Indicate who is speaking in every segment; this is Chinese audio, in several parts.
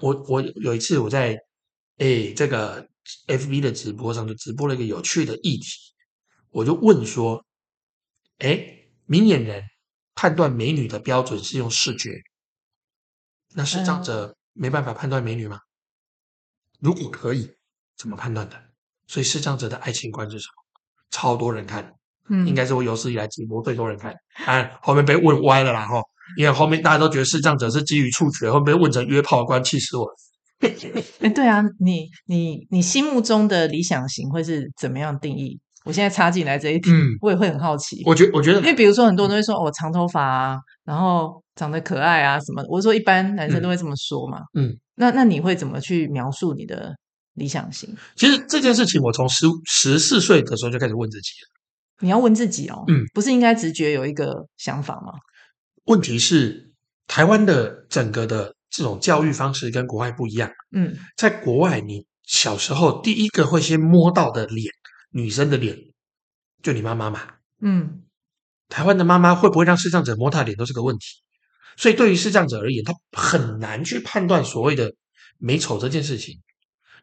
Speaker 1: 我我有一次我在诶这个 FB 的直播上就直播了一个有趣的议题，我就问说，诶，明眼人判断美女的标准是用视觉，那视障
Speaker 2: 嗯
Speaker 1: 者没办法判断美女吗？如果可以，怎么判断的？所以视障者的爱情观是什么？超多人看，
Speaker 2: 嗯，
Speaker 1: 应该是我有史以来直播最多人看。啊，后面被问歪了啦哈，吼因为后面大家都觉得视障者是基于触觉，后面被问成约炮官，气死我了。
Speaker 2: 哎，对啊，你你你心目中的理想型会是怎么样定义？我现在插进来这一题，
Speaker 1: 嗯
Speaker 2: 我也会很好奇。
Speaker 1: 我觉我觉得
Speaker 2: 因为比如说很多人都会说哦，长头发啊，然后长得可爱啊什么的。我说一般男生都会这么说嘛。
Speaker 1: 嗯，
Speaker 2: 那那你会怎么去描述你的理想型？
Speaker 1: 其实这件事情，我从十十四岁的时候就开始问自己了。
Speaker 2: 你要问自己哦，
Speaker 1: 嗯，
Speaker 2: 不是应该直觉有一个想法吗？
Speaker 1: 问题是，台湾的整个的这种教育方式跟国外不一样，
Speaker 2: 嗯，
Speaker 1: 在国外，你小时候第一个会先摸到的脸，女生的脸，就你妈妈嘛。
Speaker 2: 嗯，
Speaker 1: 台湾的妈妈会不会让视障者摸她的脸都是个问题。所以对于视障者而言，他很难去判断所谓的美丑这件事情。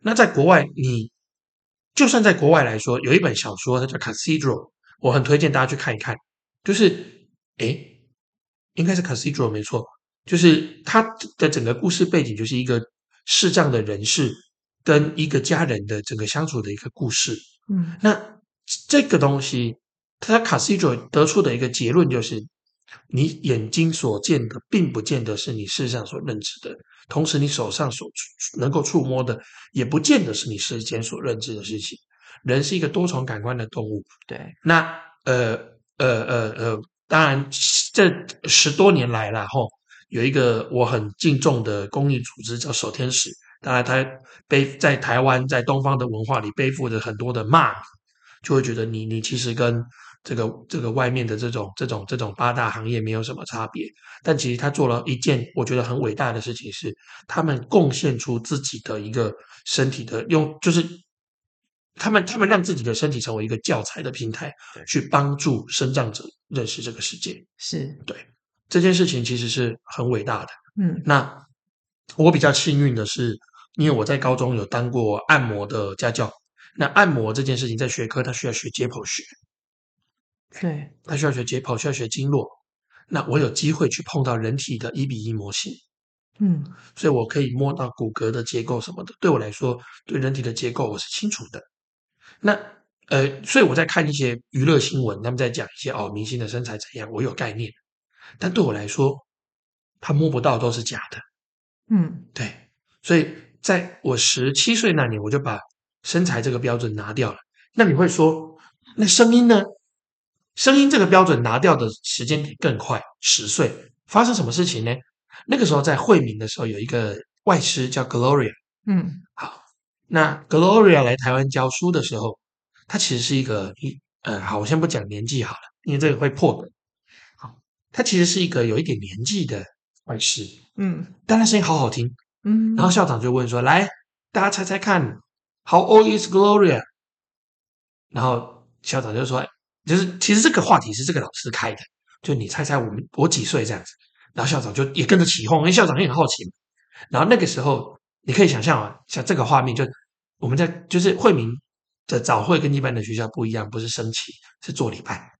Speaker 1: 那在国外，你就算在国外来说，有一本小说，它叫《Cathedral》，我很推荐大家去看一看。就是，诶，应该是《Cathedral》没错，就是它的整个故事背景就是一个视障的人士跟一个家人的整个相处的一个故事。
Speaker 2: 嗯，
Speaker 1: 那这个东西，他卡西佐得出的一个结论就是，你眼睛所见的，并不见得是你事实上所认知的；同时，你手上所触能够触摸的，也不见得是你世间所认知的事情。人是一个多重感官的动物，
Speaker 2: 对，
Speaker 1: 那呃呃呃呃，当然这十多年来啦，吼，有一个我很敬重的公益组织叫守天使，当然它背在台湾在东方的文化里背负着很多的骂名，就会觉得你你其实跟这个这个外面的这种这种这种八大行业没有什么差别，但其实他做了一件我觉得很伟大的事情是，他们贡献出自己的一个身体的用，就是他们他们让自己的身体成为一个教材的平台，去帮助生长者认识这个世界。
Speaker 2: 是，
Speaker 1: 这件事情其实是很伟大的。
Speaker 2: 嗯
Speaker 1: 那我比较幸运的是，因为我在高中有当过按摩的家教。那按摩这件事情在学科，它需要学解剖学，
Speaker 2: 对，
Speaker 1: 它需要学解剖，需要学经络。那我有机会去碰到人体的一比一模型，
Speaker 2: 嗯
Speaker 1: 所以我可以摸到骨骼的结构什么的。对我来说，对人体的结构我是清楚的。那呃，所以我在看一些娱乐新闻，他们在讲一些哦明星的身材怎样，我有概念。但对我来说，他摸不到都是假的。
Speaker 2: 嗯
Speaker 1: 对，所以在我十七岁那年，我就把身材这个标准拿掉了。那你会说，那声音呢？声音这个标准拿掉的时间点更快，十岁发生什么事情呢？那个时候在惠民的时候，有一个外师叫 Gloria，
Speaker 2: 嗯
Speaker 1: 那 Gloria 来台湾教书的时候，她其实是一个一呃，好，我先不讲年纪好了，因为这个会破梗。好，她其实是一个有一点年纪的外师，
Speaker 2: 嗯
Speaker 1: 但她声音好好听。
Speaker 2: 嗯，
Speaker 1: 然后校长就问说：“来，大家猜猜看，How old is Gloria？” 然后校长就说：“就是其实这个话题是这个老师开的，就你猜猜我们我几岁这样子。”然后校长就也跟着起哄，因为校长也很好奇嘛。然后那个时候你可以想象啊，像这个画面就我们在就是惠民的早会跟一般的学校不一样，不是升旗是做礼拜，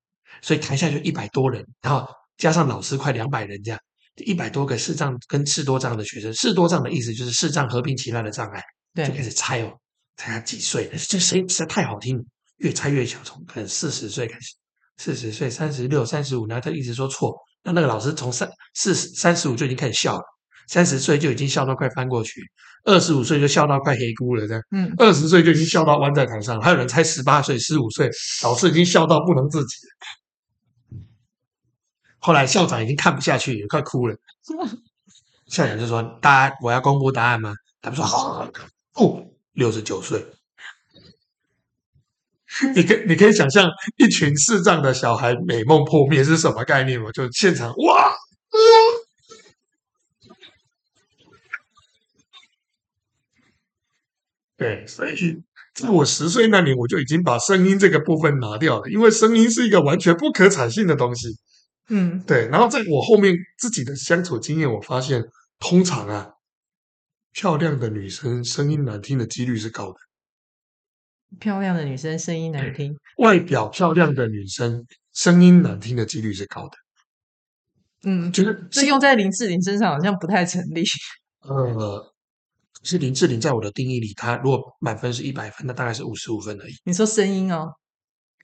Speaker 1: 所以台下就一百多人，然后加上老师快两百人这样。一百多个视障跟视多障的学生，视多障的意思就是视障合并其他的障碍，就开
Speaker 2: 对，
Speaker 1: 始猜哦，猜他几岁？这声音实在太好听了，越猜越小，从可能四十岁开始，四十岁、三十六、三十五，然后他一直说错，那那个老师从三四三十五就已经开始笑了，三十岁就已经笑到快翻过去，二十五岁就笑到快黑咕了，这样。
Speaker 2: 嗯
Speaker 1: 二十岁就已经笑到弯在台上了，还有人才十八岁、十五岁，老师已经笑到不能自己了。 后来校长已经看不下去，也快哭了。校长就说：“大家，我要公布答案吗？”他们说：“好好好。”哦，六十九岁。你可你可以想象一群视障的小孩美梦破灭是什么概念吗？就现场哇，对，所以在我十岁那年，我就已经把声音这个部分拿掉了，因为声音是一个完全不可采信的东西。
Speaker 2: 嗯
Speaker 1: 对，然后在我后面自己的相处经验，我发现通常啊，漂亮的女生声音难听的几率是高的，
Speaker 2: 漂亮的女生声音难听，
Speaker 1: 外表漂亮的女生声音难听的几率是高的。
Speaker 2: 嗯，
Speaker 1: 就是
Speaker 2: 这用在林志玲身上好像不太成立。
Speaker 1: 呃，是林志玲在我的定义里，她如果满分是一百分，那大概是五十五分而已，
Speaker 2: 你说声音哦，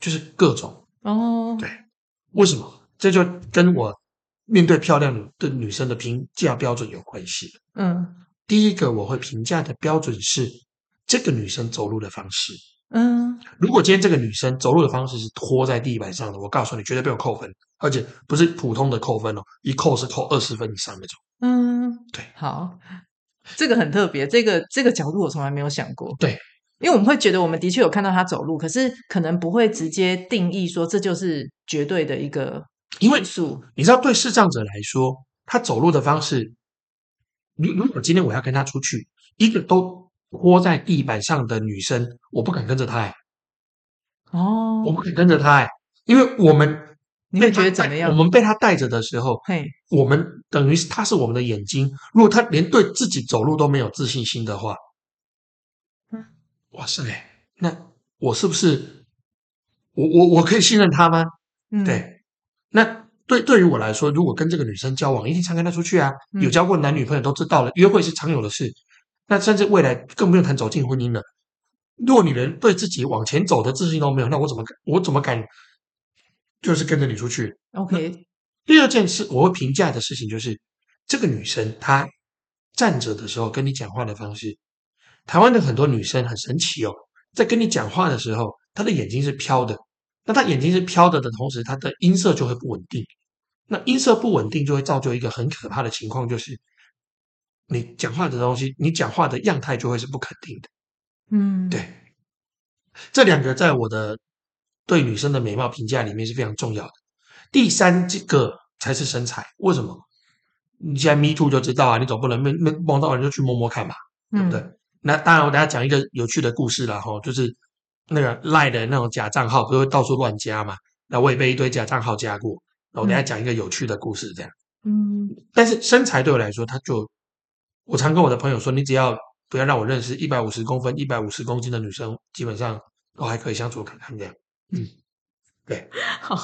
Speaker 1: 就是各种。
Speaker 2: 哦，
Speaker 1: 对为什么？这就跟我面对漂亮女的女生的评价标准有关系。
Speaker 2: 嗯
Speaker 1: 第一个我会评价的标准是这个女生走路的方式。
Speaker 2: 嗯，
Speaker 1: 如果今天这个女生走路的方式是拖在地板上的，我告诉你，绝对被我扣分，而且不是普通的扣分哦，一扣是扣二十分以上那种。
Speaker 2: 嗯，
Speaker 1: 对，
Speaker 2: 好，这个很特别，这个这个角度我从来没有想过。
Speaker 1: 对，
Speaker 2: 因为我们会觉得我们的确有看到他走路，可是可能不会直接定义说这就是绝对的一个
Speaker 1: 因为
Speaker 2: 因素。
Speaker 1: 你知道，对视障者来说，他走路的方式，如如果今天我要跟他出去，一个都拖在地板上的女生，我不敢跟着她、欸，
Speaker 2: 哦
Speaker 1: 我，不敢跟着她、欸，因为我们
Speaker 2: 你会
Speaker 1: 被她
Speaker 2: 觉得怎
Speaker 1: 带
Speaker 2: 么样
Speaker 1: 我？们被她带着的时候，
Speaker 2: 嘿，
Speaker 1: 我们等于是她是我们的眼睛。如果她连对自己走路都没有自信心的话，
Speaker 2: 嗯
Speaker 1: 哇塞，那我是不是我我我可以信任她吗？
Speaker 2: 嗯，
Speaker 1: 对，那对对于我来说，如果跟这个女生交往，一定常跟她出去啊，
Speaker 2: 嗯
Speaker 1: 有交过男女朋友都知道了，约会是常有的事。那甚至未来更不用谈走进婚姻了。如果你连对自己往前走的自信都没有，那我怎么我怎么敢就是跟着你出去？
Speaker 2: ，OK，
Speaker 1: 第二件事，我会评价的事情就是，这个女生她站着的时候跟你讲话的方式，台湾的很多女生很神奇哦，在跟你讲话的时候，她的眼睛是飘的。那她眼睛是飘的的同时，她的音色就会不稳定。那音色不稳定就会造就一个很可怕的情况，就是你讲话的东西，你讲话的样态就会是不肯定的。
Speaker 2: 嗯，
Speaker 1: 对，这两个在我的对女生的美貌评价里面是非常重要的。第三这个才是身材，为什么？你现在 Me Too 就知道啊，你总不能面面碰到人就去摸摸看吧，
Speaker 2: 嗯
Speaker 1: 对不对？那当然，我等一下讲一个有趣的故事啦，哈，就是那个赖的那种假账号，不是会到处乱加嘛？那我也被一堆假账号加过。那我等一下讲一个有趣的故事，这样。
Speaker 2: 嗯？
Speaker 1: 但是身材对我来说，它就我常跟我的朋友说，你只要不要让我认识一百五十公分、一百五十公斤的女生，基本上都还可以相处看看这样。
Speaker 2: 嗯，好，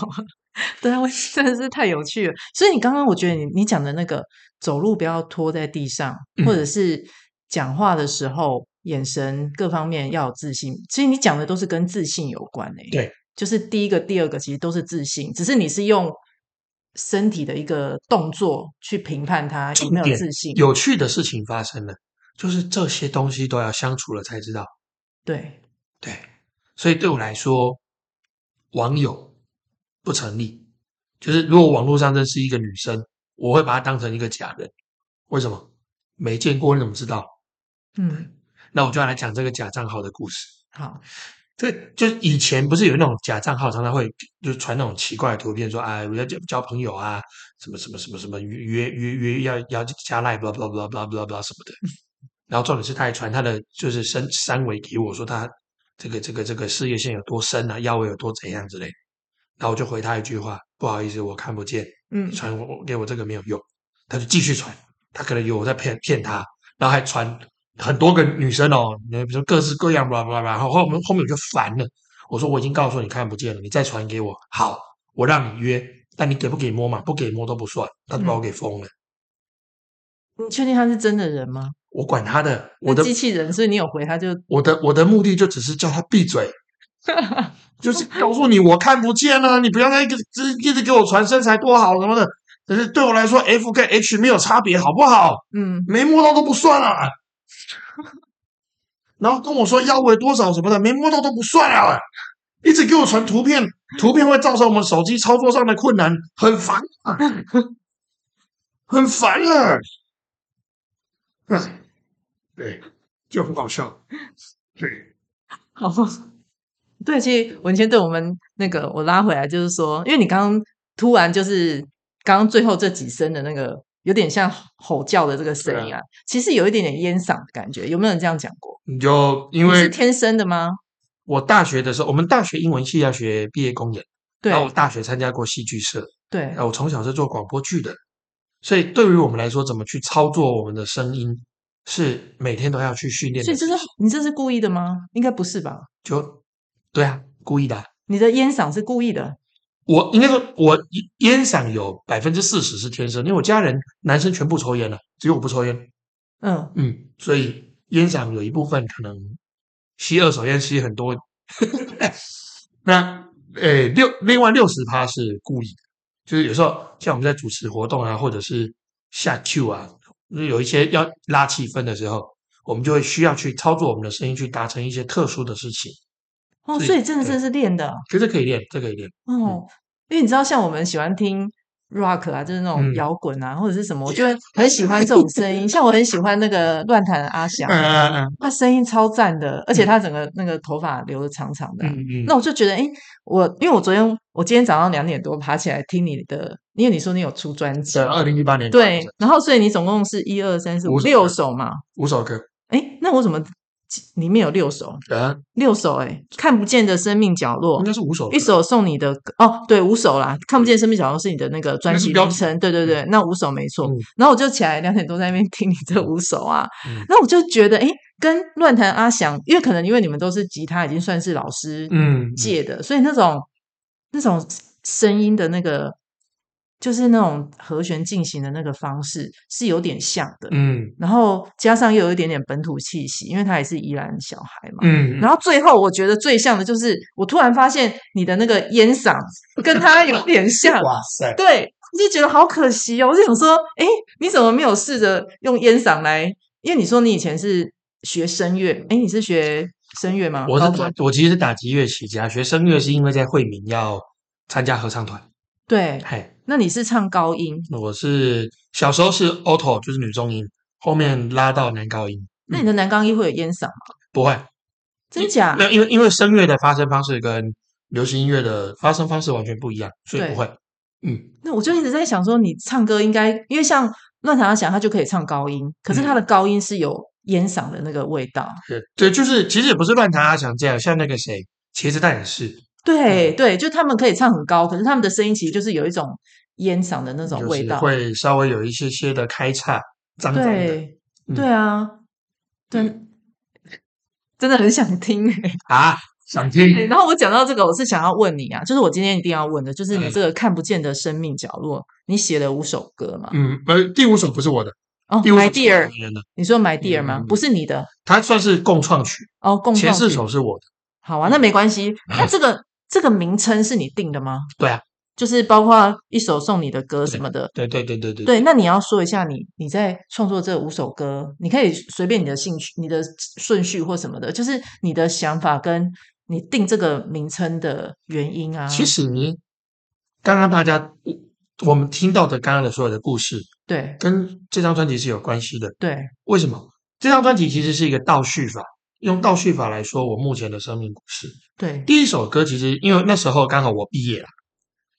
Speaker 2: 对啊，我真的是太有趣了。所以你刚刚我觉得你你讲的那个走路不要拖在地上，或
Speaker 1: 嗯
Speaker 2: 者是讲话的时候眼神各方面要有自信，其实你讲的都是跟自信有关诶、
Speaker 1: 对，
Speaker 2: 就是第一个、第二个其实都是自信，只是你是用身体的一个动作去评判他有
Speaker 1: 重
Speaker 2: 没有
Speaker 1: 点
Speaker 2: 自信。
Speaker 1: 有趣的事情发生了，就是这些东西都要相处了才知道。
Speaker 2: 对，
Speaker 1: 对，所以对我来说，网友不成立。就是如果网络上认识一个女生，我会把她当成一个假人。为什么？没见过你怎么知道？
Speaker 2: 嗯，
Speaker 1: 那我就要来讲这个假账号的故事。
Speaker 2: 好，
Speaker 1: 这就是以前不是有那种假账号，常常会就传那种奇怪的图片，说啊，我要交交朋友啊，什么什么什么什么约约约约要要加赖，blah blah blah blah blah blah 什么的。然后重点是，他还传他的就是身三围给我，说他这个这个这个事业线有多深啊，腰围有多怎样之类的。然后我就回他一句话，不好意思，我看不见，
Speaker 2: 嗯
Speaker 1: 传我给我这个没有用。他就继续传，他可能有我在骗骗他，然后还传很多个女生哦，比如说各式各样，吧吧吧，然后后面后面我就烦了，我说我已经告诉你看不见了，你再传给我，好，我让你约，但你给不给摸嘛？不给摸都不算，他就把我给封了。
Speaker 2: 你确定他是真的人吗？
Speaker 1: 我管他的，
Speaker 2: 那
Speaker 1: 我的
Speaker 2: 机器人，所以你有回他就
Speaker 1: 我的我的目的就只是叫他闭嘴，就是告诉你我看不见了，你不要再一直一直给我传身材多好什么的。可是对我来说，F 跟 H 没有差别，好不好？
Speaker 2: 嗯
Speaker 1: 没摸到都不算 啊。然后跟我说腰围多少什么的，没摸到都不算啊。一直给我传图片，图片会造成我们手机操作上的困难，很烦 啊，很烦啊。哎，对，就很搞笑。 对，
Speaker 2: 好，对，其实文谦对我们那个我拉回来，就是说，因为你刚刚突然就是刚刚最后这几声的那个，有点像吼叫的这个声音啊，其实有一点点烟嗓的感觉，有没有人这样讲过？
Speaker 1: 你就因
Speaker 2: 你是
Speaker 1: 为
Speaker 2: 天生的吗？
Speaker 1: 我大学的时候，我们大学英文系要学毕业公演，
Speaker 2: 对
Speaker 1: 然后我大学参加过戏剧社，
Speaker 2: 对
Speaker 1: 啊，，我从小是做广播剧的，所以对于我们来说，怎么去操作我们的声音，是每天都要去训练的
Speaker 2: 所以这是你这是故意的吗？应该不是吧？
Speaker 1: 就对啊，故意的啊、
Speaker 2: 你的烟嗓是故意的，
Speaker 1: 我应该说，我烟嗓有百分之四十是天生，因为我家人男生全部抽烟了，只有我不抽烟。
Speaker 2: 嗯，
Speaker 1: 嗯，所以烟嗓有一部分可能吸二手烟吸很多。 那诶六另外六十趴是故意的，就是有时候像我们在主持活动啊，或者是下 Q 啊，有一些要拉气氛的时候，我们就会需要去操作我们的声音去达成一些特殊的事情。
Speaker 2: 哦，
Speaker 1: 是
Speaker 2: 所以真的
Speaker 1: 对
Speaker 2: 真的是练的
Speaker 1: 可是这可以练，这可以练。
Speaker 2: 哦，因为你知道，像我们喜欢听 rock 啊，就是那种
Speaker 1: 嗯
Speaker 2: 摇滚啊，或者是什么，我就会很喜欢这种声音。像我很喜欢那个乱弹的阿翔，
Speaker 1: 嗯嗯
Speaker 2: 他声音超赞的，而且他整个那个头发留的长长的啊、
Speaker 1: 嗯嗯
Speaker 2: 那我就觉得，哎、我因为我昨天我今天早上两点多爬起来听你的，因为你说你有出专辑
Speaker 1: 在，二零一八年
Speaker 2: 对，然后所以你总共是一二三四五
Speaker 1: 五首
Speaker 2: 六首嘛，
Speaker 1: 五首歌，
Speaker 2: 哎、那我怎么里面有六首？
Speaker 1: 啊，
Speaker 2: 六首哎、看不见的生命角落
Speaker 1: 应，该是五首歌，
Speaker 2: 一首送你的歌哦，对，五首啦，看不见生命角落是你的那个专
Speaker 1: 那是
Speaker 2: 辑
Speaker 1: 标
Speaker 2: 名
Speaker 1: 题
Speaker 2: 称，对对对，那五首没错。
Speaker 1: 嗯
Speaker 2: 然后我就起来两点多在那边听你这五首啊，
Speaker 1: 嗯
Speaker 2: 那我就觉得诶，跟乱弹阿翔，因为可能因为你们都是吉他，已经算是老师
Speaker 1: 嗯，嗯
Speaker 2: 借的，所以那种那种声音的那个，就是那种和弦进行的那个方式是有点像的。
Speaker 1: 嗯
Speaker 2: 然后加上又有一点点本土气息，因为他也是宜兰小孩嘛，
Speaker 1: 嗯，
Speaker 2: 然后最后我觉得最像的就是，我突然发现你的那个烟嗓跟他有 点像，
Speaker 1: 哇塞，
Speaker 2: 对，我就觉得好可惜哦。我就想说，哎，你怎么没有试着用烟嗓来？因为你说你以前是学声乐，哎，你是学声乐吗？
Speaker 1: 我
Speaker 2: 啊高嗯
Speaker 1: 是
Speaker 2: 中
Speaker 1: 打我其实是打击乐起家，学声乐是因为在惠民要参加合唱团，
Speaker 2: 对，
Speaker 1: 嘿，
Speaker 2: 那你是唱高音，
Speaker 1: 我是小时候是 alto 就是女中音，后面拉到男高音，
Speaker 2: 那你的男高音会有烟嗓吗？
Speaker 1: 不会，
Speaker 2: 啊真假？
Speaker 1: 嗯那因为因为声乐的发声方式跟流行音乐的发声方式完全不一样，所以
Speaker 2: 对
Speaker 1: 不会，嗯，
Speaker 2: 那我就一直在想说，你唱歌应该因为像乱弹阿翔，他就可以唱高音，可
Speaker 1: 嗯
Speaker 2: 是他的高音是有烟嗓的那个味道。
Speaker 1: 是对，就是其实也不是乱弹阿翔这样，像那个谁，茄子蛋也是，
Speaker 2: 对对，就他们可以唱很高，可是他们的声音其实就是有一种烟嗓的那种
Speaker 1: 嗯就
Speaker 2: 味
Speaker 1: 是
Speaker 2: 道。
Speaker 1: 会稍微有一些些的开叉，脏脏的嗯
Speaker 2: 对、对啊，对， 真的很想听、欸。
Speaker 1: 啊，想听
Speaker 2: 然后我讲到这个，我是想要问你啊，就是我今天一定要问的，就是你
Speaker 1: 嗯
Speaker 2: 这个看不见的生命角落，你写了五首歌嘛？
Speaker 1: 嗯，呃，第五首不是我的，
Speaker 2: 哦
Speaker 1: 第五首
Speaker 2: ，My
Speaker 1: 是我的
Speaker 2: Dear，
Speaker 1: 人的，
Speaker 2: 你说 My Dear 吗？
Speaker 1: 嗯
Speaker 2: 不是你的
Speaker 1: 它算是共创曲，
Speaker 2: 哦，共
Speaker 1: 前
Speaker 2: 创
Speaker 1: 四
Speaker 2: 曲
Speaker 1: 首是嗯我的，
Speaker 2: 好啊，那没 关系。那这个这个名称是你定的吗？
Speaker 1: 对啊，
Speaker 2: 就是包括一首送你的歌什么的。
Speaker 1: 对对对对对，
Speaker 2: 对，那你要说一下你你在创作这五首歌，你可以随便你的兴趣、你的顺序或什么的，就是你的想法跟你定这个名称的原因啊。
Speaker 1: 其实刚刚大家我我们听到的刚刚的所有的故事，
Speaker 2: 对
Speaker 1: 跟这张专辑是有关系的。
Speaker 2: 对，
Speaker 1: 为什么？这张专辑其实是一个倒叙法，用倒叙法来说我目前的生命故事。
Speaker 2: 对
Speaker 1: 第一首歌其实因为那时候刚好我毕业了，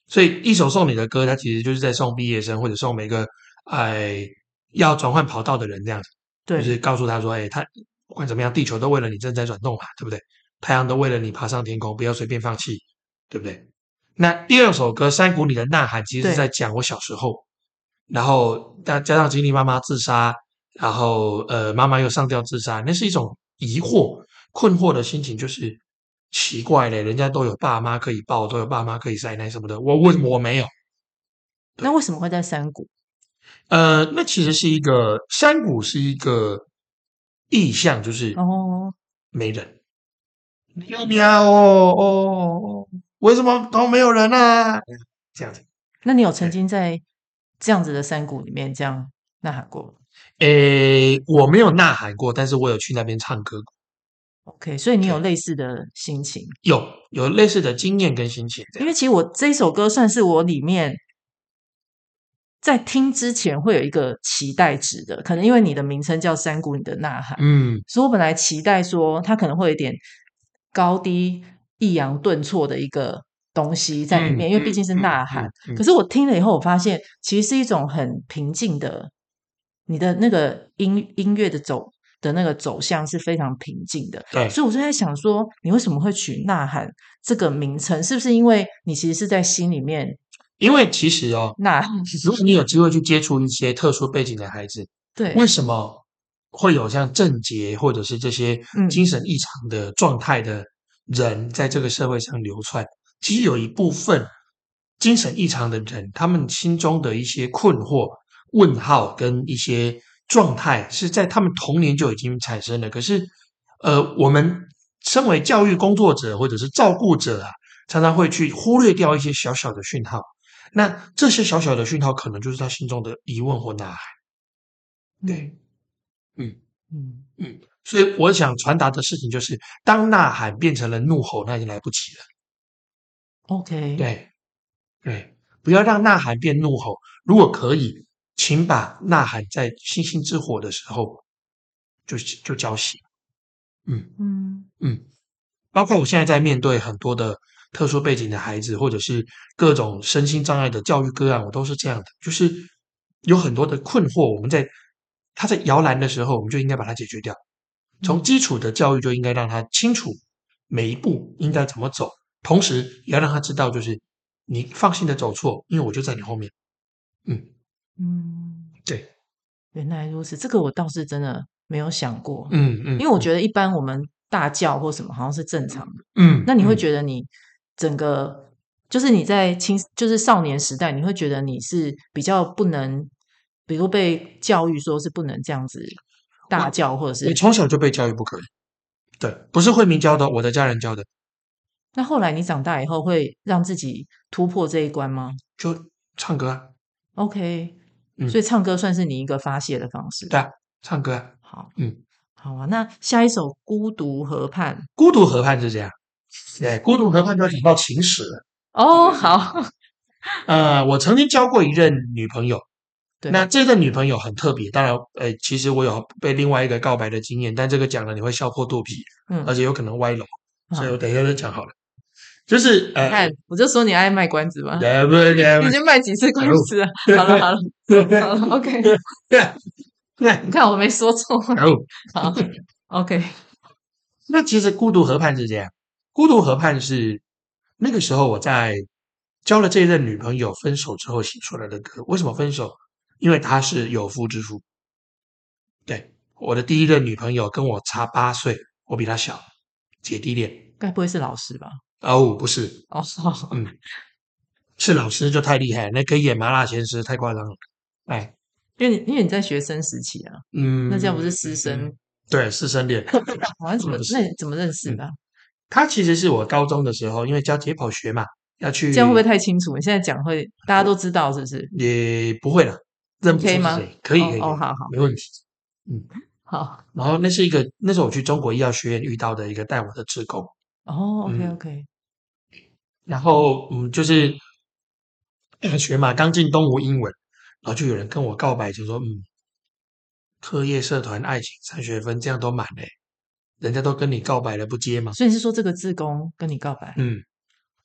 Speaker 1: 所以一首送你的歌，它其实就是在送毕业生或者送每个哎要转换跑道的人这样子。
Speaker 2: 对
Speaker 1: 就是告诉他说，哎，他不管怎么样，地球都为了你正在转动嘛，对不对？太阳都为了你爬上天空，不要随便放弃，对不对？那第二首歌《山谷里的呐喊》其实
Speaker 2: 对
Speaker 1: 是在讲我小时候，然后加加上经历妈妈自杀，然后呃妈妈又上吊自杀，那是一种疑惑、困惑的心情，就是奇怪嘞，人家都有爸妈可以抱，都有爸妈可以晒奶什么的，我为什么我没有？
Speaker 2: 那为什么会在山谷？
Speaker 1: 呃，那其实是一个山谷是一个意象，就是
Speaker 2: 哦，没
Speaker 1: 人。喵喵哦哦，为什么都没有人啊？这样子，
Speaker 2: 那你有曾经在这样子的山谷里面这样呐喊过吗
Speaker 1: 诶，我没有呐喊过，但是我有去那边唱歌过，
Speaker 2: ？OK，所以你有类似的心情。
Speaker 1: 有有类似的经验跟心情。这
Speaker 2: 因
Speaker 1: 样
Speaker 2: 为其实我这一首歌算是我里面在听之前会有一个期待值的，可能因为你的名称叫《山谷里的呐喊》，
Speaker 1: 嗯
Speaker 2: 所以我本来期待说它可能会有一点高低抑扬顿挫的一个东西在里面，
Speaker 1: 嗯
Speaker 2: 因为毕竟是呐
Speaker 1: 嗯
Speaker 2: 喊。
Speaker 1: 嗯
Speaker 2: 可是我听了以后，我发现其实是一种很平静的，你的那个音音乐的走的那个走向是非常平静的。
Speaker 1: 对
Speaker 2: 所以我就在想说，你为什么会取“呐喊”这个名称？是不是因为你其实是在心里面
Speaker 1: 因为其实哦，
Speaker 2: 呐？
Speaker 1: 如果你有机会去接触一些特殊背景的孩子，
Speaker 2: 对
Speaker 1: 为什么会有像症结或者是这些
Speaker 2: 嗯
Speaker 1: 精神异常的状态的人在这个社会上流窜。其实有一部分精神异常的人，他们心中的一些困惑、问号跟一些状态，是在他们童年就已经产生了。可是，呃，我们身为教育工作者或者是照顾者啊，常常会去忽略掉一些小小的讯号。那这些小小的讯号，可能就是他心中的疑问或呐喊。对，嗯
Speaker 2: 嗯，
Speaker 1: 所以我想传达的事情就是，当呐喊变成了怒吼，那已经来不及了。
Speaker 2: ，OK，，
Speaker 1: 对，对，不要让呐喊变怒吼。如果可以，请把呐喊在星星之火的时候就就浇熄。嗯
Speaker 2: 嗯
Speaker 1: 嗯，包括我现在在面对很多的特殊背景的孩子，或者是各种身心障碍的教育个案，我都是这样的，就是有很多的困惑，我们在他在摇篮的时候，我们就应该把它解决掉。从基础的教育就应该让他清楚每一步应该怎么走，同时也要让他知道，就是你放心的走错，因为我就在你后面。嗯，
Speaker 2: 嗯，
Speaker 1: 对，
Speaker 2: 原来如此，这个我倒是真的没有想过，
Speaker 1: 嗯嗯，
Speaker 2: 因为我觉得一般我们大叫或什么好像是正常的，
Speaker 1: 嗯，
Speaker 2: 那你会
Speaker 1: 嗯
Speaker 2: 觉得你整个就是你在青就是少年时代，你会觉得你是比较不能，比如被教育说是不能这样子大叫，或者是
Speaker 1: 你从小就被教育不可以，对，不是慧明教的，我的家人教的，
Speaker 2: 那后来你长大以后会让自己突破这一关吗
Speaker 1: 就唱歌啊，
Speaker 2: ？OK，、
Speaker 1: 嗯
Speaker 2: 所以唱歌算是你一个发泄的方式。
Speaker 1: 对啊，唱歌啊，
Speaker 2: 好，
Speaker 1: 嗯，
Speaker 2: 好啊。那下一首《孤独河畔》
Speaker 1: 孤独河畔是这样，对，孤独河畔就要讲到情史了。
Speaker 2: 哦，好，
Speaker 1: 呃，我曾经交过一任女朋友，
Speaker 2: 对，
Speaker 1: 那这任女朋友很特别，当然，呃，其实我有被另外一个告白的经验，但这个讲了你会笑破肚皮，
Speaker 2: 嗯，
Speaker 1: 而且有可能歪楼，
Speaker 2: 好
Speaker 1: 所以我等一下再讲好了。就是
Speaker 2: 你
Speaker 1: 呃
Speaker 2: 看，我就说你爱卖关子嘛，
Speaker 1: 呃，不是
Speaker 2: 你就卖几次关 子啊？好了，好了，好了，OK。你看我没 说错，好，OK，
Speaker 1: 那其实孤独河畔是这样，孤独河畔是那个时候我在交了这任女朋友分手之后写出来的歌。为什么分手？因为她是有夫之妇。对，我的第一任女朋友跟我差八岁，我比她小，姐弟恋。
Speaker 2: 该不会是老师吧？
Speaker 1: 哦，不是，
Speaker 2: 哦，好
Speaker 1: 嗯，是老师就太厉害了，那可以演麻辣鲜师，太夸张了。哎，
Speaker 2: 因为你因为你在学生时期啊，
Speaker 1: 嗯，
Speaker 2: 那这样不是师生？
Speaker 1: 对，师生恋。
Speaker 2: 好像怎
Speaker 1: 嗯
Speaker 2: 么
Speaker 1: 不是嗯
Speaker 2: 那你怎么认识的啊？
Speaker 1: 他其实是我高中的时候，因为教解剖学嘛，要去
Speaker 2: 这样会不会太清楚？你现在讲会大家都知道是不是？
Speaker 1: 也不会了，认不出
Speaker 2: 可以
Speaker 1: 是
Speaker 2: 吗
Speaker 1: 谁，可以可以，
Speaker 2: 哦哦
Speaker 1: 可以
Speaker 2: 好好
Speaker 1: 没问题。
Speaker 2: 好，
Speaker 1: 然后那是一个那时候我去中国医药学院遇到的一个带我的志工，
Speaker 2: 哦，OK
Speaker 1: 嗯
Speaker 2: OK，
Speaker 1: 然后嗯就是大学嘛，刚进东吴英文，然后就有人跟我告白，就说嗯，课业、社团、爱情三学分这样都满嘞、人家都跟你告白了不接吗？
Speaker 2: 所以你是说这个志工跟你告白？
Speaker 1: 嗯，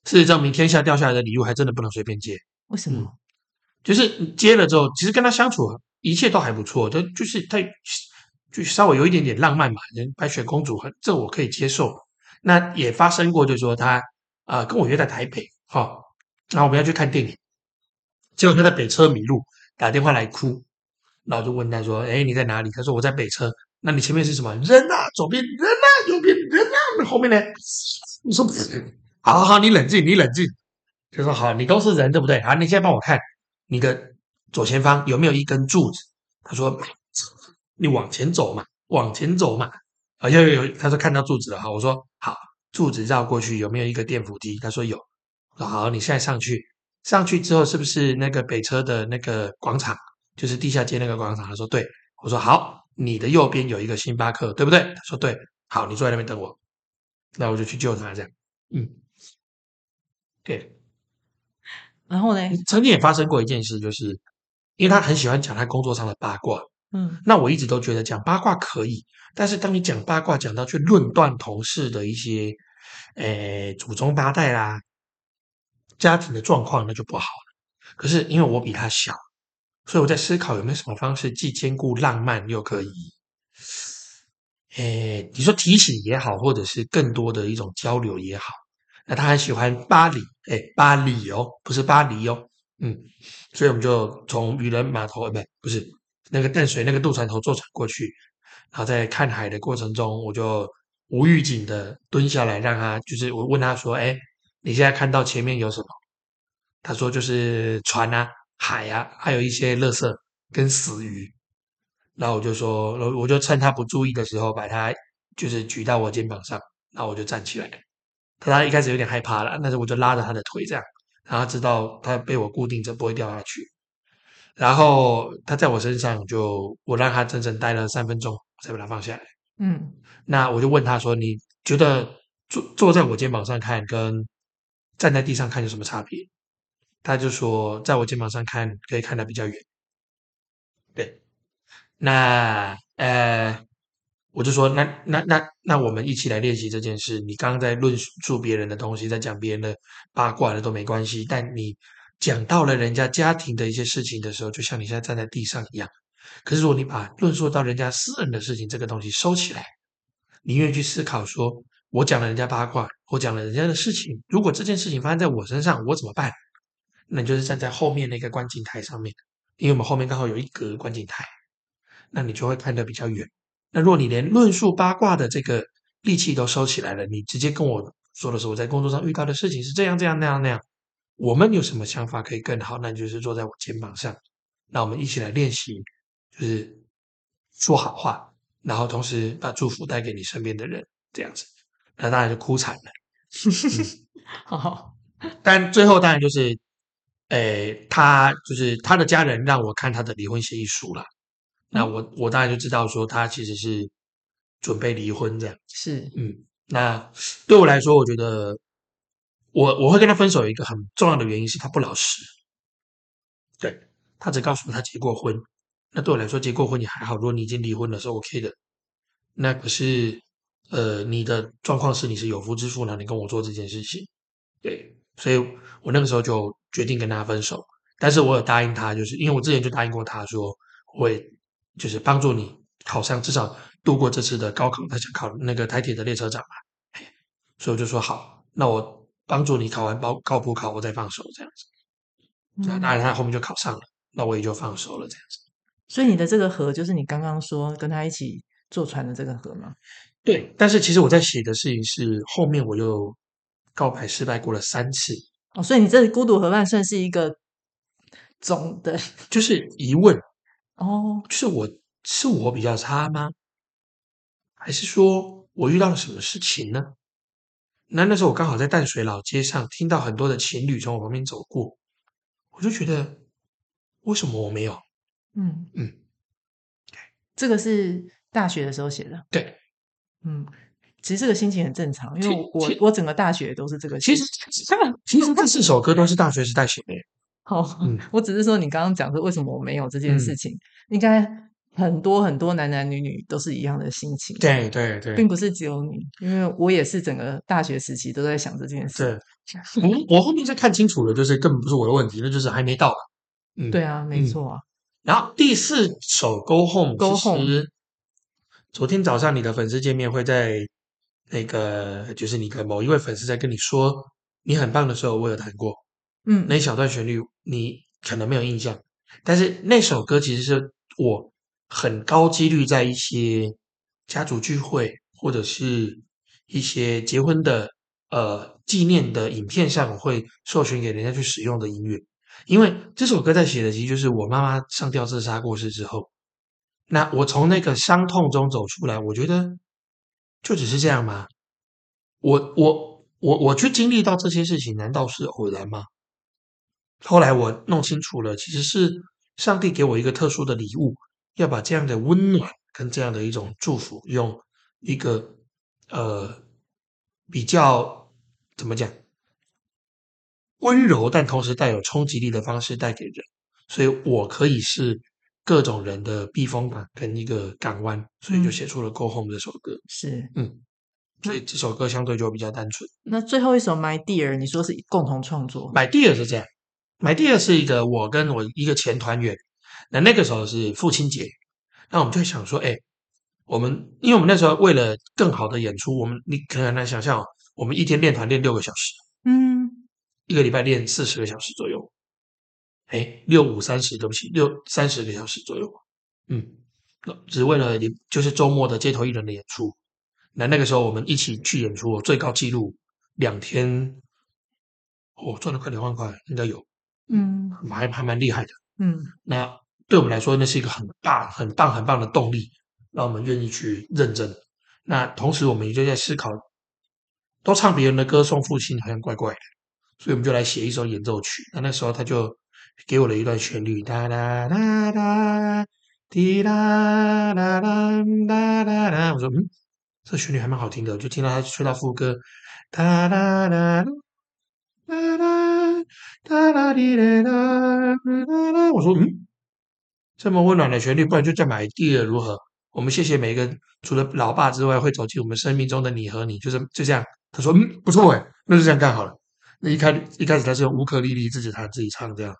Speaker 1: 事实证明天下掉下来的礼物还真的不能随便接。
Speaker 2: 为什
Speaker 1: 嗯
Speaker 2: 么？
Speaker 1: 就是接了之后，其实跟他相处一切都还不错，就就是他就稍微有一点点浪漫嘛，人白雪公主很这我可以接受。那也发生过，就是说他啊、呃跟我约在台北，哈、然后我们要去看电影，结果他在北车迷路，打电话来哭，然后就问他说：“哎，你在哪里？”他说：“我在北车。”那你前面是什么人啊？左边人啊，右边人啊，那后面呢？我说：“ 好好好，你冷静，你冷静。”就说：“好，你都是人对不对？好，你现在帮我看你的左前方有没有一根柱子？”他说：“你往前走嘛，往前走嘛。”啊，有有有，他说看到柱子了哈。好我说：“好，柱子绕过去有没有一个电扶梯？”他说：“有。”我说：“好，你现在上去。”上去之后是不是那个北车的那个广场，就是地下街那个广场？他说：“对。”我说：“好，你的右边有一个星巴克，对不对？”他说：“对。”好，你坐在那边等我。那我就去救他，这样。嗯，对。
Speaker 2: 然后呢？
Speaker 1: 曾经也发生过一件事，就是因为他很喜欢讲他工作上的八卦，
Speaker 2: 嗯
Speaker 1: 那我一直都觉得讲八卦可以，但是当你讲八卦讲到去论断同事的一些，诶祖宗八代啦，家庭的状况，那就不好了。可是因为我比他小，所以我在思考有没有什么方式既兼顾浪漫又可以，诶，你说提醒也好，或者是更多的一种交流也好。那他很喜欢巴黎，哎，巴黎哦，不是巴黎哦，嗯，所以我们就从渔人码头，呃不，不是那个淡水那个渡船头坐船过去，然后在看海的过程中，我就无预警的蹲下来，让他就是我问他说：“哎，你现在看到前面有什么？”他说：“就是船啊、海啊，还有一些垃圾跟死鱼。”然后我就说，然后我就趁他不注意的时候，把他就是举到我肩膀上，然后我就站起来。他他一开始有点害怕了，但是我就拉着他的腿这样，然后他知道他被我固定着不会掉下去。然后他在我身上就我让他整整待了三分钟，才把他放下来。
Speaker 2: 嗯，
Speaker 1: 那我就问他说：“你觉得坐坐在我肩膀上看跟站在地上看有什么差别？”他就说：“在我肩膀上看可以看得比较远。”对，那呃，我就说：“那那那那我们一起来练习这件事。你刚刚在论述别人的东西，在讲别人的八卦的都没关系，但你讲到了人家家庭的一些事情的时候，就像你现在站在地上一样。”可是如果你把论述到人家私人的事情这个东西收起来，你愿意去思考说，我讲了人家八卦，我讲了人家的事情，如果这件事情发生在我身上，我怎么办？那你就是站在后面那个观景台上面，因为我们后面刚好有一格观景台，那你就会看得比较远。那如果你连论述八卦的这个力气都收起来了，你直接跟我说的是我在工作上遇到的事情是这样这样那样那样，我们有什么想法可以更好？那你就是坐在我肩膀上，那我们一起来练习就是说好话，然后同时把祝福带给你身边的人，这样子，那当然就哭惨了。
Speaker 2: 好，
Speaker 1: 但最后当然就是，诶、他就是他的家人让我看他的离婚协议书啦。那我我当然就知道说他其实是准备离婚这样。
Speaker 2: 是，
Speaker 1: 嗯，那对我来说，我觉得我我会跟他分手有一个很重要的原因是他不老实。对他只告诉我他结过婚，那对我来说结过婚也还好，如果你已经离婚了是 OK 的。那可是呃，你的状况是你是有夫之妇呢，你跟我做这件事情，对，所以我那个时候就决定跟他分手。但是我有答应他，就是因为我之前就答应过他说，我会就是帮助你考上，至少度过这次的高考，他想考那个台铁的列车长嘛，嘿所以我就说好，那我帮助你考完高高普考，我再放手这样子。那当
Speaker 2: 嗯、
Speaker 1: 然他后面就考上了，那我也就放手了这样子。
Speaker 2: 所以你的这个河就是你刚刚说跟他一起坐船的这个河吗？
Speaker 1: 对，但是其实我在写的事情是后面我又告白失败过了三次，
Speaker 2: 哦，所以你这孤独河畔算是一个总的
Speaker 1: 就是疑问，
Speaker 2: 哦，
Speaker 1: 就是我是我比较差吗？还是说我遇到了什么事情呢？那那时候我刚好在淡水老街上听到很多的情侣从我旁边走过，我就觉得为什么我没有？
Speaker 2: 嗯
Speaker 1: 嗯，
Speaker 2: 这个是大学的时候写的，
Speaker 1: 对，
Speaker 2: 嗯，其实这个心情很正常，因
Speaker 1: 其
Speaker 2: 为我
Speaker 1: 其
Speaker 2: 我整个大学都是这个
Speaker 1: 其
Speaker 2: 心
Speaker 1: 实
Speaker 2: 情。
Speaker 1: 其实这四首歌都是大学时代写的，
Speaker 2: 好，
Speaker 1: 嗯
Speaker 2: 哦我只是说你刚刚讲说为什么我没有这件事
Speaker 1: 嗯
Speaker 2: 情，应该很多很多男男女女都是一样的心情，
Speaker 1: 对对对
Speaker 2: 并不是只有你，因为我也是整个大学时期都在想这件事。
Speaker 1: 对，我我后面再看清楚了，就是根本不是我的问题，那就是还没到嘛。嗯，
Speaker 2: 对。啊，没
Speaker 1: 嗯
Speaker 2: 错啊，
Speaker 1: 然后第四首《Go Home》，
Speaker 2: Go
Speaker 1: 其
Speaker 2: Home
Speaker 1: 实昨天早上你的粉丝见面会在那个，就是你的某一位粉丝在跟你说你很棒的时候，我有弹过
Speaker 2: 嗯，
Speaker 1: 那一小段旋律，你可能没有印象，但是那首歌其实是我很高几率在一些家族聚会或者是一些结婚的呃纪念的影片上，我会授权给人家去使用的音乐。因为这首歌在写的其实就是我妈妈上吊自杀过世之后，那我从那个伤痛中走出来，我觉得就只是这样吗？我我我我去经历到这些事情，难道是偶然吗？后来我弄清楚了，其实是上帝给我一个特殊的礼物，要把这样的温暖跟这样的一种祝福，用一个呃比较怎么讲温柔，但同时带有冲击力的方式带给人，所以我可以是各种人的避风港跟一个港湾，所以就
Speaker 2: 嗯
Speaker 1: 写出了《Go Home》这首歌。
Speaker 2: 是。
Speaker 1: 嗯，所以这首歌相对就比较单纯。
Speaker 2: 那最后一首《My Dear》，你说是共同创作，
Speaker 1: My Dear 是这样，My Dear 是一个我跟我一个前团员，那那个时候是父亲节，那我们就会想说，哎，我们因为我们那时候为了更好的演出，我们你可能很难想象哦，我们一天练团练六个小时，
Speaker 2: 嗯，
Speaker 1: 一个礼拜练四十个小时左右，哎，六五三十，对不起，六三十个小时左右，嗯，只为了演就是周末的街头艺人的演出。那那个时候我们一起去演出，我最高纪录两天，我、赚了快两万块，应该有，
Speaker 2: 嗯
Speaker 1: 还还蛮厉害的。
Speaker 2: 嗯
Speaker 1: 那对我们来说，那是一个很大、很棒、很棒的动力，让我们愿意去认真。那同时，我们也就在思考，都唱别人的歌，送父亲好像怪怪的，所以我们就来写一首演奏曲。那那时候他就给我了一段旋律，哒哒哒哒，滴啦啦啦哒哒哒，我说嗯，这旋律还蛮好听的，我就听到他吹到副歌，哒哒哒哒哒。哒啦滴啦啦啦啦，我说嗯，这么温暖的旋律，不然就再买第二如何？我们谢谢每一个除了老爸之外会走进我们生命中的你和你，就是就这样。他说嗯，不错诶，那就这样干好了。那一开一开始他是用乌克丽丽自己弹自己唱这样，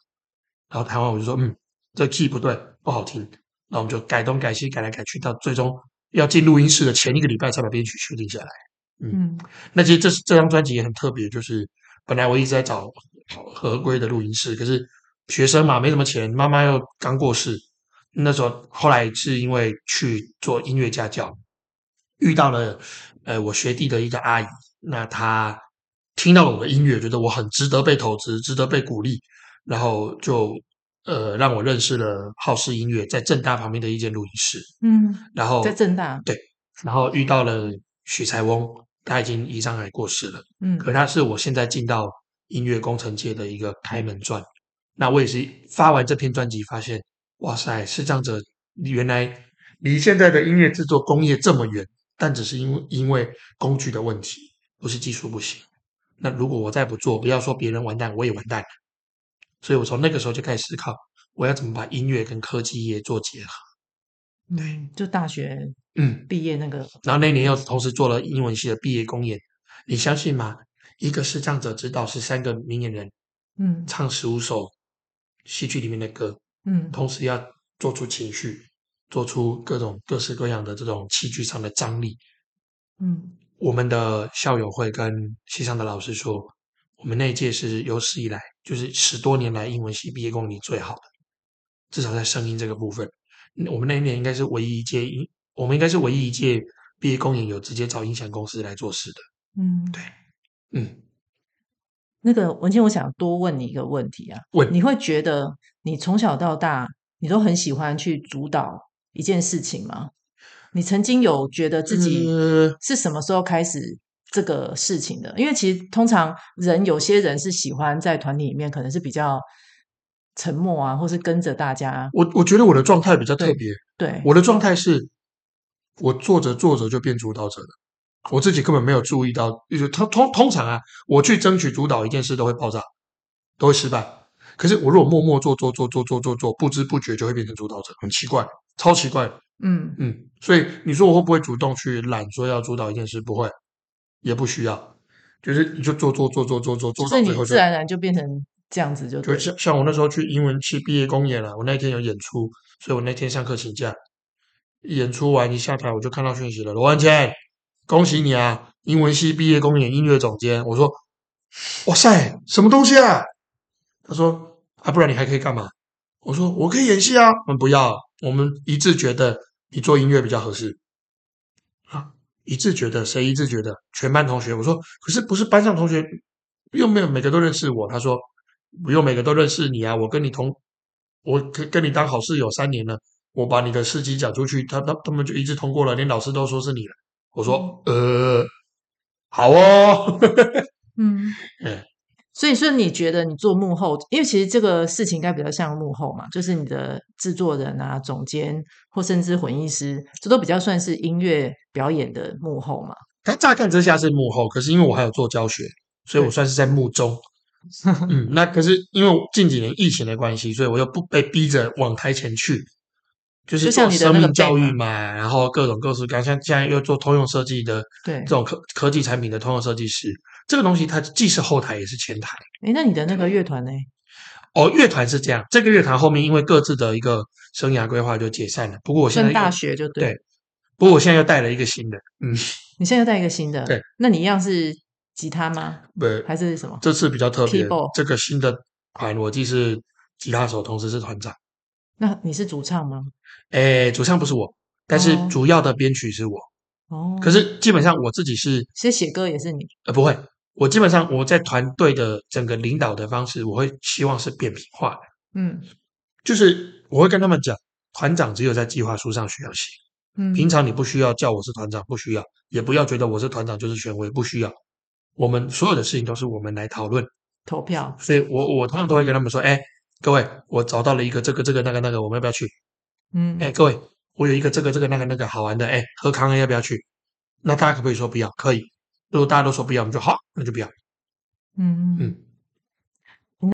Speaker 1: 然后弹完我就说嗯，这 key 不对，不好听。那我们就改东改西，改来改去，到最终要进录音室的前一个礼拜才把编曲确定下来。
Speaker 2: 嗯
Speaker 1: 那其实这是这张专辑也很特别，就是本来我一直在找合规的录音室，可是学生嘛没什么钱，妈妈又刚过世，那时候后来是因为去做音乐家教，遇到了呃我学弟的一个阿姨，那她听到了我的音乐，觉得我很值得被投资，值得被鼓励，然后就呃让我认识了浩世音乐在正大旁边的一间录音室，
Speaker 2: 嗯，
Speaker 1: 然后
Speaker 2: 在正大，
Speaker 1: 然后遇到了许才翁，他已经胰脏癌过世了。
Speaker 2: 嗯
Speaker 1: 可他是我现在进到音乐工程界的一个开门砖。那我也是发完这篇专辑，发现哇塞，视障者原来离现在的音乐制作工业这么远，但只是因为因为工具的问题，不是技术不行。那如果我再不做，不要说别人完蛋，我也完蛋了。所以我从那个时候就开始思考，我要怎么把音乐跟科技业做结合。
Speaker 2: 嗯，就大学
Speaker 1: 嗯，
Speaker 2: 毕业那个，
Speaker 1: 然后那年又同时做了英文系的毕业公演，你相信吗？一个视障者指导十三个明眼人
Speaker 2: 嗯
Speaker 1: 唱十五首戏剧里面的歌，
Speaker 2: 嗯
Speaker 1: 同时要做出情绪，做出各种各式各样的这种戏剧上的张力。
Speaker 2: 嗯
Speaker 1: 我们的校友会跟系上的老师说，我们那一届是有史以来就是十多年来英文系毕业公演里最好的，至少在声音这个部分，嗯我们那一年应该是唯一一届音，我们应该是唯一一届毕业公演有直接找音响公司来做事的。
Speaker 2: 嗯，
Speaker 1: 对嗯，
Speaker 2: 那个文倩，我想多问你一个问题啊，
Speaker 1: 问
Speaker 2: 你会觉得你从小到大，你都很喜欢去主导一件事情吗？你曾经有觉得自己
Speaker 1: 呃
Speaker 2: 是什么时候开始这个事情的？因为其实通常人有些人是喜欢在团体里面，可能是比较沉默啊，或是跟着大家。
Speaker 1: 我我觉得我的状态比较特别，
Speaker 2: 对，
Speaker 1: 我的状态是，我做着做着就变主导者了。我自己根本没有注意到，就是通通通常啊，我去争取主导一件事都会爆炸，都会失败。可是我如果默默做做做做做做做，不知不觉就会变成主导者，很奇怪，超奇怪。
Speaker 2: 嗯
Speaker 1: 嗯，所以你说我会不会主动去懒，说要主导一件事？不会，也不需要，就是你就做做做做做做做
Speaker 2: 所
Speaker 1: 到
Speaker 2: 以
Speaker 1: 最
Speaker 2: 你
Speaker 1: 后
Speaker 2: 自
Speaker 1: 就
Speaker 2: 然而然就变成这样子就对
Speaker 1: 就
Speaker 2: 了。
Speaker 1: 像像我那时候去英文系毕业公演了，啊我那天有演出，所以我那天上课请假。演出完一下台，我就看到讯息了，罗文倩，恭喜你啊，英文系毕业公演音乐总监。我说，哇塞，什么东西啊？他说啊，不然你还可以干嘛？我说我可以演戏啊。我们不要，我们一致觉得你做音乐比较合适。啊，一致觉得谁一致觉得？全班同学。我说可是不是班上同学，又没有每个都认识我。他说不用每个都认识你啊，我跟你同，我跟跟你当好室友三年了，我把你的事迹讲出去，他他他们就一致通过了，连老师都说是你了。我说呃，好哦，
Speaker 2: 嗯
Speaker 1: 嗯，
Speaker 2: 所以说你觉得你做幕后，因为其实这个事情应该比较像幕后嘛，就是你的制作人啊、总监或甚至混音师，这都比较算是音乐表演的幕后嘛。
Speaker 1: 他乍看之下是幕后，可是因为我还有做教学，所以我算是在幕 中。嗯，那可是因为近几年疫情的关系，所以我又不被逼着往台前去，就是
Speaker 2: 就像
Speaker 1: 做
Speaker 2: 你的
Speaker 1: 生
Speaker 2: 那个
Speaker 1: 命教
Speaker 2: band
Speaker 1: 育嘛，然后各种各式各样，像现在又做通用设计的
Speaker 2: 对
Speaker 1: 这，种科科技产品的通用设计师，这个东西它既是后台也是前台。
Speaker 2: 诶，那你的那个乐团呢？
Speaker 1: 哦，乐团是这样，这个乐团后面因为各自的一个生涯规划就解散了。不过我现在
Speaker 2: 跟
Speaker 1: 又
Speaker 2: 大学就对了
Speaker 1: 对，不过我现在又带了一个新的，嗯，
Speaker 2: 你现在带一个新的，
Speaker 1: 对，
Speaker 2: 那你一样是吉他吗？
Speaker 1: 不，
Speaker 2: 还是什么？
Speaker 1: 这次比较特别
Speaker 2: Keyboard，
Speaker 1: 这个新的团我既是吉他手，同时是团长。
Speaker 2: 那你是主唱吗？
Speaker 1: 诶，主唱不是我，但是
Speaker 2: 哦
Speaker 1: 主要的编曲是我。
Speaker 2: 哦，
Speaker 1: 可是基本上我自己是
Speaker 2: 所以写歌也是你
Speaker 1: 呃不会，我基本上我在团队的整个领导的方式，我会希望是扁平化的，
Speaker 2: 嗯
Speaker 1: 就是我会跟他们讲，团长只有在计划书上需要写，
Speaker 2: 嗯
Speaker 1: 平常你不需要叫我是团长，不需要，也不要觉得我是团长就是权威，不需要。我们所有的事情都是我们来讨论，
Speaker 2: 投票
Speaker 1: 所以我我通常都会跟他们说，哎，各位，我找到了一个这个这个那个那个，我们要不要去？
Speaker 2: 嗯
Speaker 1: 哎，各位，我有一个这个这个那个那个好玩的，哎，喝康恩要不要去？那大家可不可以说不要？可以。如果大家都说不要，我们就好，那就不要。
Speaker 2: 嗯嗯
Speaker 1: 嗯，